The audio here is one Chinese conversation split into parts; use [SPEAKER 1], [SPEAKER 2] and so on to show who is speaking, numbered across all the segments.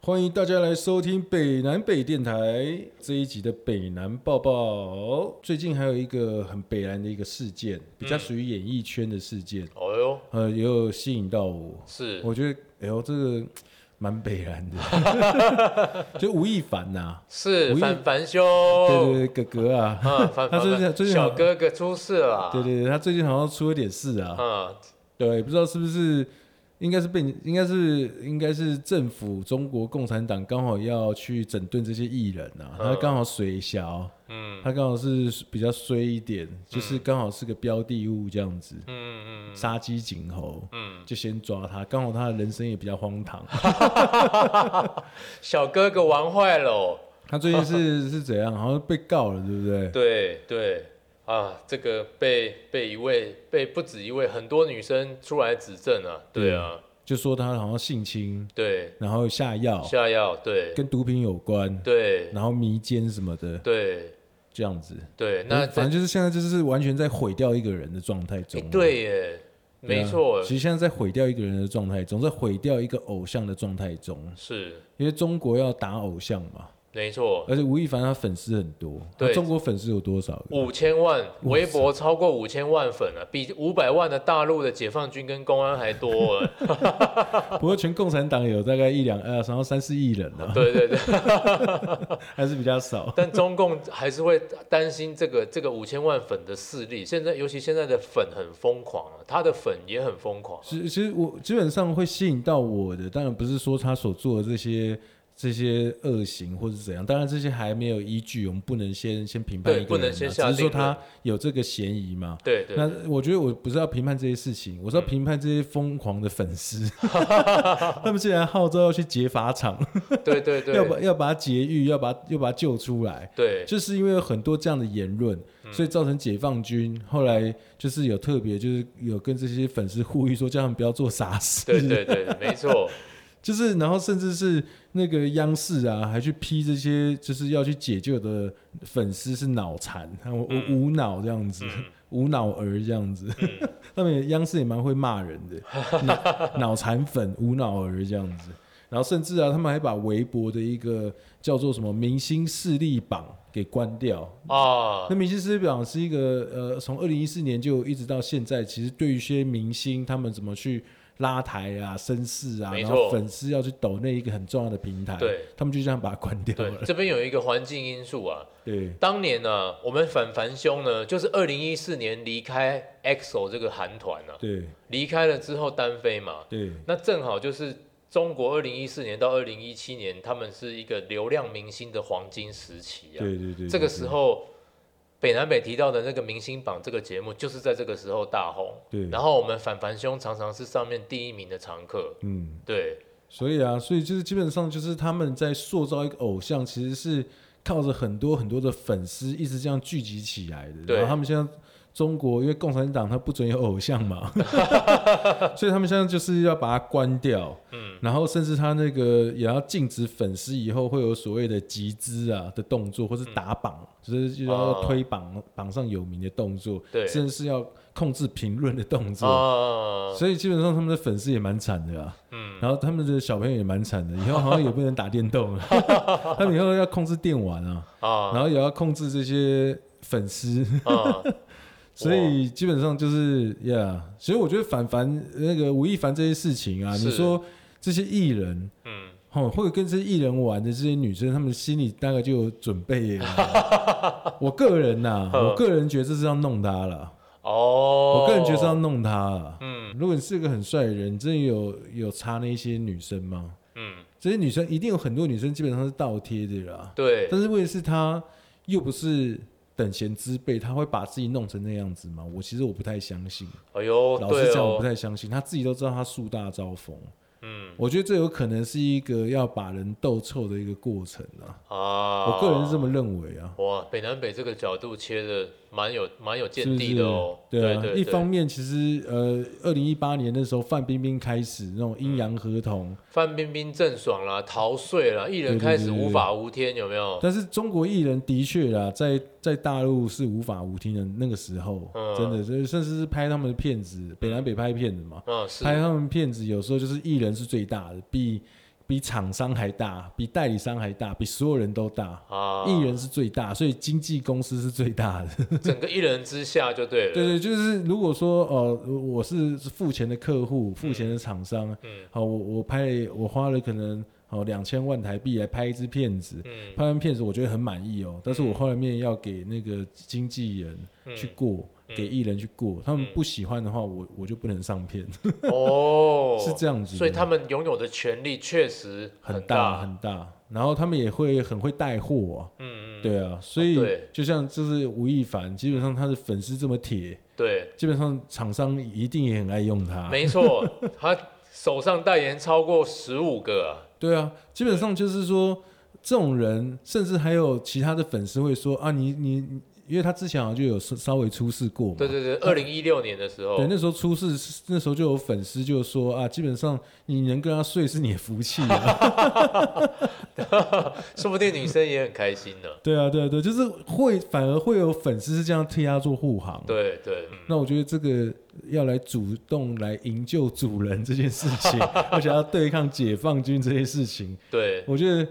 [SPEAKER 1] 欢迎大家来收听北南北电台这一集的北南抱抱。最近还有一个很北南的一个事件，比较属于演艺圈的事件，
[SPEAKER 2] 哦哟，
[SPEAKER 1] 呃，也有吸引到我。
[SPEAKER 2] 是
[SPEAKER 1] 我觉得，哎呦，这个蛮北南的， 就吴亦凡呐、
[SPEAKER 2] 是
[SPEAKER 1] 我一
[SPEAKER 2] 凡凡兄，
[SPEAKER 1] 对对对，哥哥啊，
[SPEAKER 2] 嗯， 凡
[SPEAKER 1] 他
[SPEAKER 2] 凡
[SPEAKER 1] 最近最近
[SPEAKER 2] 小
[SPEAKER 1] 好
[SPEAKER 2] 哥哥出事了，
[SPEAKER 1] 对，对对，他最近好像出了点事啊，
[SPEAKER 2] 嗯，
[SPEAKER 1] 对，不知道是不是，应该是被你，应该是应该是政府中国共产党刚好要去整顿这些艺人啊，他刚好水小，
[SPEAKER 2] 嗯，
[SPEAKER 1] 他刚好是比较衰一点，就是刚好是个标的物这样子，
[SPEAKER 2] 嗯嗯
[SPEAKER 1] 杀鸡儆猴，
[SPEAKER 2] 嗯，
[SPEAKER 1] 就先抓他，刚好他的人生也比较荒唐。
[SPEAKER 2] 小哥哥玩坏了哦，
[SPEAKER 1] 他最近是是怎样？好像被告了，对不对？
[SPEAKER 2] 对对啊，这个被被一位被不止一位很多女生出来指证啊，对啊，
[SPEAKER 1] 就说他好像性侵，
[SPEAKER 2] 对
[SPEAKER 1] 然后下药，
[SPEAKER 2] 下药，对
[SPEAKER 1] 跟毒品有关，
[SPEAKER 2] 对
[SPEAKER 1] 然后迷奸什么的，
[SPEAKER 2] 对
[SPEAKER 1] 这样子。
[SPEAKER 2] 对，那
[SPEAKER 1] 反正就是现在就是完全在毁掉一个人的状态中、
[SPEAKER 2] 诶对耶，
[SPEAKER 1] 对啊，
[SPEAKER 2] 没错，
[SPEAKER 1] 其实现在在毁掉一个人的状态中，在毁掉一个偶像的状态中，
[SPEAKER 2] 是
[SPEAKER 1] 因为中国要打偶像嘛，
[SPEAKER 2] 没错，
[SPEAKER 1] 而且吴亦凡他粉丝很多，
[SPEAKER 2] 对
[SPEAKER 1] 他中国粉丝有多少个？
[SPEAKER 2] 五千万，微博超过五千万粉了、比五百万的大陆的解放军跟公安还 多、哎
[SPEAKER 1] 不过全共产党有大概一两呃，然后三四亿人呢、啊，
[SPEAKER 2] 对对对，
[SPEAKER 1] 还是比较少。
[SPEAKER 2] 但中共还是会担心这个这个五千万粉的势力。现在尤其现在的粉很疯狂啊，他的粉也很疯狂。
[SPEAKER 1] 其其实我基本上会吸引到我的，当然不是说他所做的这些这些恶行或是怎样，当然这些还没有依据，我们不能先先评判一个人
[SPEAKER 2] 对
[SPEAKER 1] 啊、
[SPEAKER 2] 不能先下
[SPEAKER 1] 只是说
[SPEAKER 2] 定论
[SPEAKER 1] 他有这个嫌疑嘛。
[SPEAKER 2] 对对嗯
[SPEAKER 1] 那我觉得我不是要评判这些事情，我是要评判这些疯狂的粉 丝，他们竟然号召要去劫法场，
[SPEAKER 2] 对对对
[SPEAKER 1] 要把要把他劫狱，要把要把他救出来，
[SPEAKER 2] 对嗯
[SPEAKER 1] 就是因为有很多这样的言论，所以造成解放军后来就是有特别就是有跟这些粉丝呼吁说，叫他们不要做傻事，
[SPEAKER 2] 对对对，对没错，
[SPEAKER 1] 就是然后甚至是那个央视啊，还去批这些就是要去解救的粉丝是脑残，还有无无脑这样子，无脑儿这样子。 他们也央视也蛮会骂人的，脑脑残粉、无脑儿这样子。然后甚至啊，他们还把微博的一个叫做什么“明星势力榜”给关掉。
[SPEAKER 2] 啊
[SPEAKER 1] 那，明星势力榜是一个呃，从二零一四年就一直到现在，其实对于一些明星他们怎么去拉抬啊、绅士啊，
[SPEAKER 2] 没
[SPEAKER 1] 然
[SPEAKER 2] 错
[SPEAKER 1] 后粉丝要去抖那一个很重要的平台，
[SPEAKER 2] 对，
[SPEAKER 1] 他们就这样把它关掉
[SPEAKER 2] 对
[SPEAKER 1] 了，。
[SPEAKER 2] 这边有一个环境因素啊，
[SPEAKER 1] 对，
[SPEAKER 2] 当年呢、我们反凡兄呢，就是二零一四年离开 EXO 这个韩团啊，
[SPEAKER 1] 对，
[SPEAKER 2] 离开了之后单飞嘛，
[SPEAKER 1] 对，
[SPEAKER 2] 那正好就是中国二零一四年到二零一七年，他们是一个流量明星的黄金时期啊。
[SPEAKER 1] 对，对，对。
[SPEAKER 2] 这个时候，北南北提到的那个明星榜这个节目，就是在这个时候大红。
[SPEAKER 1] 对，对，
[SPEAKER 2] 然后我们反凡兄常常是上面第一名的常客。
[SPEAKER 1] 嗯。
[SPEAKER 2] 对，
[SPEAKER 1] 所以啊，所以就是基本上就是他们在塑造一个偶像，其实是靠着很多很多的粉丝一直这样聚集起来的。
[SPEAKER 2] 对
[SPEAKER 1] 然后他们现在中国因为共产党他不准有偶像 嘛，所以他们现在就是要把它关掉。嗯，然后甚至他那个也要禁止粉丝以后会有所谓的集资啊的动作，或是打榜，就是就要
[SPEAKER 2] 哦
[SPEAKER 1] 推榜、榜上有名的动作，
[SPEAKER 2] 对
[SPEAKER 1] 甚至是要控制评论的动作。
[SPEAKER 2] 啊，
[SPEAKER 1] 所以基本上他们的粉丝也蛮惨的啊，嗯，然后他们的小朋友也蛮惨 的，以后好像也不能打电动了，他们以后要控制电玩啊，
[SPEAKER 2] 啊
[SPEAKER 1] 然后也要控制这些粉丝，
[SPEAKER 2] 啊，
[SPEAKER 1] 所以基本上就是，yeah，所以我觉得反凡那个吴亦凡这些事情啊，
[SPEAKER 2] 是
[SPEAKER 1] 你说这些艺人，
[SPEAKER 2] 嗯，
[SPEAKER 1] 哦，或者跟这些艺人玩的这些女生，她们心里大概就有准备了。 我个人呐、
[SPEAKER 2] 嗯
[SPEAKER 1] 我个人觉得这是要弄他了，
[SPEAKER 2] 哦，
[SPEAKER 1] 我个人觉得是要弄他了。
[SPEAKER 2] 嗯
[SPEAKER 1] 如果你是个很帅的人，你真的有有差那些女生吗？
[SPEAKER 2] 嗯，
[SPEAKER 1] 这些女生一定有很多女生基本上是倒贴的啦，
[SPEAKER 2] 对，
[SPEAKER 1] 但是问题是她又不是等闲之辈，她会把自己弄成那样子吗？我其实我不太相信，
[SPEAKER 2] 哎呦，
[SPEAKER 1] 老
[SPEAKER 2] 对
[SPEAKER 1] 实讲我不
[SPEAKER 2] 哦，
[SPEAKER 1] 太相信，她自己都知道她树大招风，
[SPEAKER 2] 嗯
[SPEAKER 1] 我觉得这有可能是一个要把人斗臭的一个过程啊，
[SPEAKER 2] 啊，
[SPEAKER 1] 我个人是这么认为啊。
[SPEAKER 2] 哇，北南北这个角度切的蛮有蛮有见
[SPEAKER 1] 是不
[SPEAKER 2] 地
[SPEAKER 1] 是？
[SPEAKER 2] 的哦。
[SPEAKER 1] 对啊，
[SPEAKER 2] 对
[SPEAKER 1] 一方面其实呃，二零一八年那时候范冰冰开始那种阴阳合同，
[SPEAKER 2] 范冰冰郑爽啦，逃税啦，艺人
[SPEAKER 1] 对对
[SPEAKER 2] 开始
[SPEAKER 1] 对对
[SPEAKER 2] 无法无天，有没有？
[SPEAKER 1] 但是中国艺人的确啦，在在大陆是无法无天的。那个时候，
[SPEAKER 2] 嗯
[SPEAKER 1] 真的，就是甚至是拍他们的片子，北南北拍片子嘛，
[SPEAKER 2] 嗯，是
[SPEAKER 1] 拍他们片子有时候就是艺人是最大的，比比厂商还大，比代理商还大，比所有人都大。
[SPEAKER 2] 啊，
[SPEAKER 1] 艺人是最大，所以经纪公司是最大的。
[SPEAKER 2] 整个一人之下就对了。
[SPEAKER 1] 对对，就是如果说哦、呃，我是付钱的客户，付钱的厂商，
[SPEAKER 2] 嗯
[SPEAKER 1] 好，我我拍了我花了可能好两千万台币来拍一支片子，
[SPEAKER 2] 嗯
[SPEAKER 1] 拍完片子我觉得很满意哦，但是我后面要给那个经纪人
[SPEAKER 2] 嗯
[SPEAKER 1] 去过，给艺人去过，他们不喜欢的话，我我就不能上片，，
[SPEAKER 2] 哦
[SPEAKER 1] 是这样子的
[SPEAKER 2] 所以他们拥有的权利确实
[SPEAKER 1] 很
[SPEAKER 2] 大，
[SPEAKER 1] 很大，然后他们也会很会带货、啊，
[SPEAKER 2] 嗯嗯，
[SPEAKER 1] 对啊，所以
[SPEAKER 2] 对
[SPEAKER 1] 就像就是吴亦凡，基本上他的粉丝这么铁，
[SPEAKER 2] 对，
[SPEAKER 1] 基本上厂商一定也很爱用他。
[SPEAKER 2] 没错，他手上代言超过十五个啊、
[SPEAKER 1] 对啊，基本上就是说这种人，甚至还有其他的粉丝会说啊，你你，你因为他之前好像就有稍稍微出事过嘛。
[SPEAKER 2] 对对对，二零一六年的时候，
[SPEAKER 1] 啊对那时候出事，那时候就有粉丝就说啊，基本上你能跟他睡是你的福气 啊。
[SPEAKER 2] 说不定女生也很开心呢。
[SPEAKER 1] 对啊，对啊，对啊，就是会反而会有粉丝是这样替他做护航。
[SPEAKER 2] 对对，嗯
[SPEAKER 1] 那我觉得这个要来主动来营救主人这件事 情，而且要对抗解放军这件事情，
[SPEAKER 2] 对，
[SPEAKER 1] 我觉得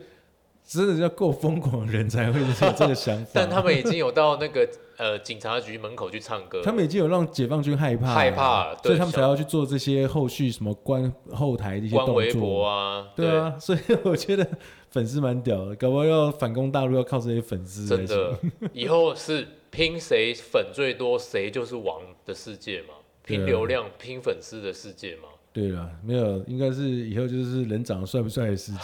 [SPEAKER 1] 真的要够疯狂的人才会有这个想法。
[SPEAKER 2] 但他们已经有到那个呃警察局门口去唱歌，
[SPEAKER 1] 他们已经有让解放军害怕了，
[SPEAKER 2] 害怕了对
[SPEAKER 1] 所以他们才要去做这些后续什么关后台的一些
[SPEAKER 2] 关
[SPEAKER 1] 动
[SPEAKER 2] 微博
[SPEAKER 1] 作。
[SPEAKER 2] 啊，
[SPEAKER 1] 对啊，所以我觉得粉丝蛮屌的，搞不好要反攻大陆要靠这些粉丝
[SPEAKER 2] 对，
[SPEAKER 1] 来
[SPEAKER 2] 真
[SPEAKER 1] 做。
[SPEAKER 2] 的，以后是拼谁粉最多，谁就是王的世界嘛，
[SPEAKER 1] 对啊
[SPEAKER 2] 拼流量、拼粉丝的世界嘛。
[SPEAKER 1] 对了，没有，应该是以后就是人长得帅不帅的 世界，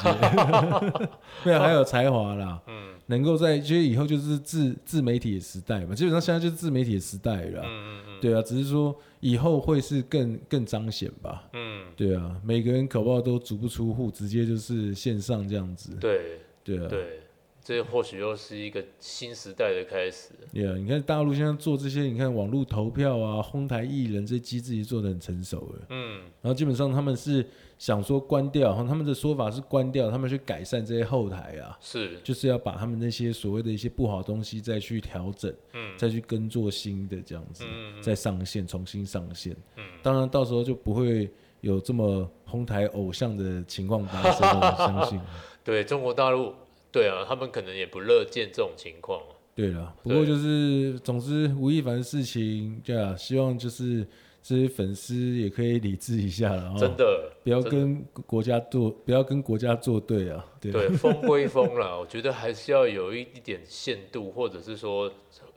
[SPEAKER 1] 没有，还有才华啦。嗯，能够在就是以后就是自自媒体的时代嘛，基本上现在就是自媒体的时代了啦。
[SPEAKER 2] 嗯嗯
[SPEAKER 1] 对啊，只是说以后会是更更彰显吧。
[SPEAKER 2] 嗯
[SPEAKER 1] 对啊，每个人搞不好都足不出户，直接就是线上这样子
[SPEAKER 2] 嗯，。对
[SPEAKER 1] 对啊，
[SPEAKER 2] 对，这或许又是一个新时代的开始。
[SPEAKER 1] 对啊，你看大陆现在做这些，你看网络投票啊、哄抬艺人这机制也做的很成熟了。
[SPEAKER 2] 嗯，
[SPEAKER 1] 然后基本上他们是想说关掉，然后他们的说法是关掉，他们去改善这些后台啊，
[SPEAKER 2] 是，
[SPEAKER 1] 就是要把他们那些所谓的一些不好的东西再去调整，
[SPEAKER 2] 嗯
[SPEAKER 1] 再去耕作新的这样子，再上线，重新上线。
[SPEAKER 2] 嗯
[SPEAKER 1] 当然到时候就不会有这么哄抬偶像的情况发生了，我 相信。
[SPEAKER 2] 对中国大陆，对啊，他们可能也不乐见这种情况啊。
[SPEAKER 1] 对了，不
[SPEAKER 2] 对
[SPEAKER 1] 过就是，总之吴亦凡的事情，对啊，希望就是这些粉丝也可以理智一下了，
[SPEAKER 2] 真
[SPEAKER 1] 哦，
[SPEAKER 2] 的，
[SPEAKER 1] 不要
[SPEAKER 2] 真的
[SPEAKER 1] 跟国家作，不要跟国家作对啊，对啊
[SPEAKER 2] 对，风归风啦， 我觉得还是要有一一点限度，或者是说，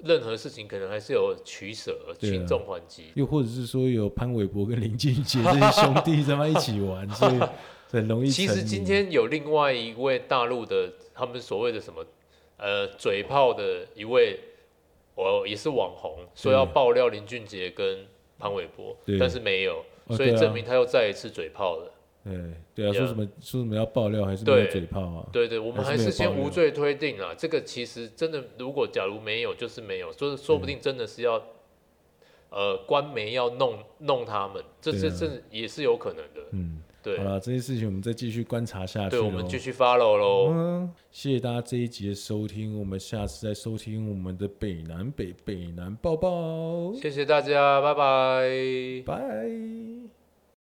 [SPEAKER 2] 任何事情可能还是有取舍，
[SPEAKER 1] 对啊
[SPEAKER 2] 轻重缓急。
[SPEAKER 1] 又或者是说有潘玮柏跟林俊杰这些兄弟他妈一起玩，所以很容易沉
[SPEAKER 2] 其
[SPEAKER 1] 迷。
[SPEAKER 2] 实今天有另外一位大陆的，他们所谓的什么，呃，嘴炮的一位，我也是网红，说要爆料林俊杰跟潘玮柏
[SPEAKER 1] 对，
[SPEAKER 2] 但是没有，
[SPEAKER 1] 哦
[SPEAKER 2] 所以
[SPEAKER 1] 对啊
[SPEAKER 2] 证明他又再一次嘴炮了。
[SPEAKER 1] 对对啊，
[SPEAKER 2] Yeah
[SPEAKER 1] 说什么说什么要爆料还是没有
[SPEAKER 2] 对
[SPEAKER 1] 嘴炮啊？
[SPEAKER 2] 对对，我们
[SPEAKER 1] 还
[SPEAKER 2] 还
[SPEAKER 1] 是没有
[SPEAKER 2] 是先
[SPEAKER 1] 爆料
[SPEAKER 2] 无罪推定啊。这个其实真的，如果假如没有，就是没有，就是说不定真的是要，呃，官媒要弄弄他们，这
[SPEAKER 1] 对
[SPEAKER 2] 这
[SPEAKER 1] 啊
[SPEAKER 2] 这也是有可能的。
[SPEAKER 1] 嗯，
[SPEAKER 2] 对
[SPEAKER 1] 好了，这件事情我们再继续观察下去。哦
[SPEAKER 2] 对，我们继。续 follow 喽。
[SPEAKER 1] 嗯，谢谢大家这一集的收听，我们下次再收听我们的北南北北南抱抱，
[SPEAKER 2] 谢谢大家，拜拜。
[SPEAKER 1] 拜。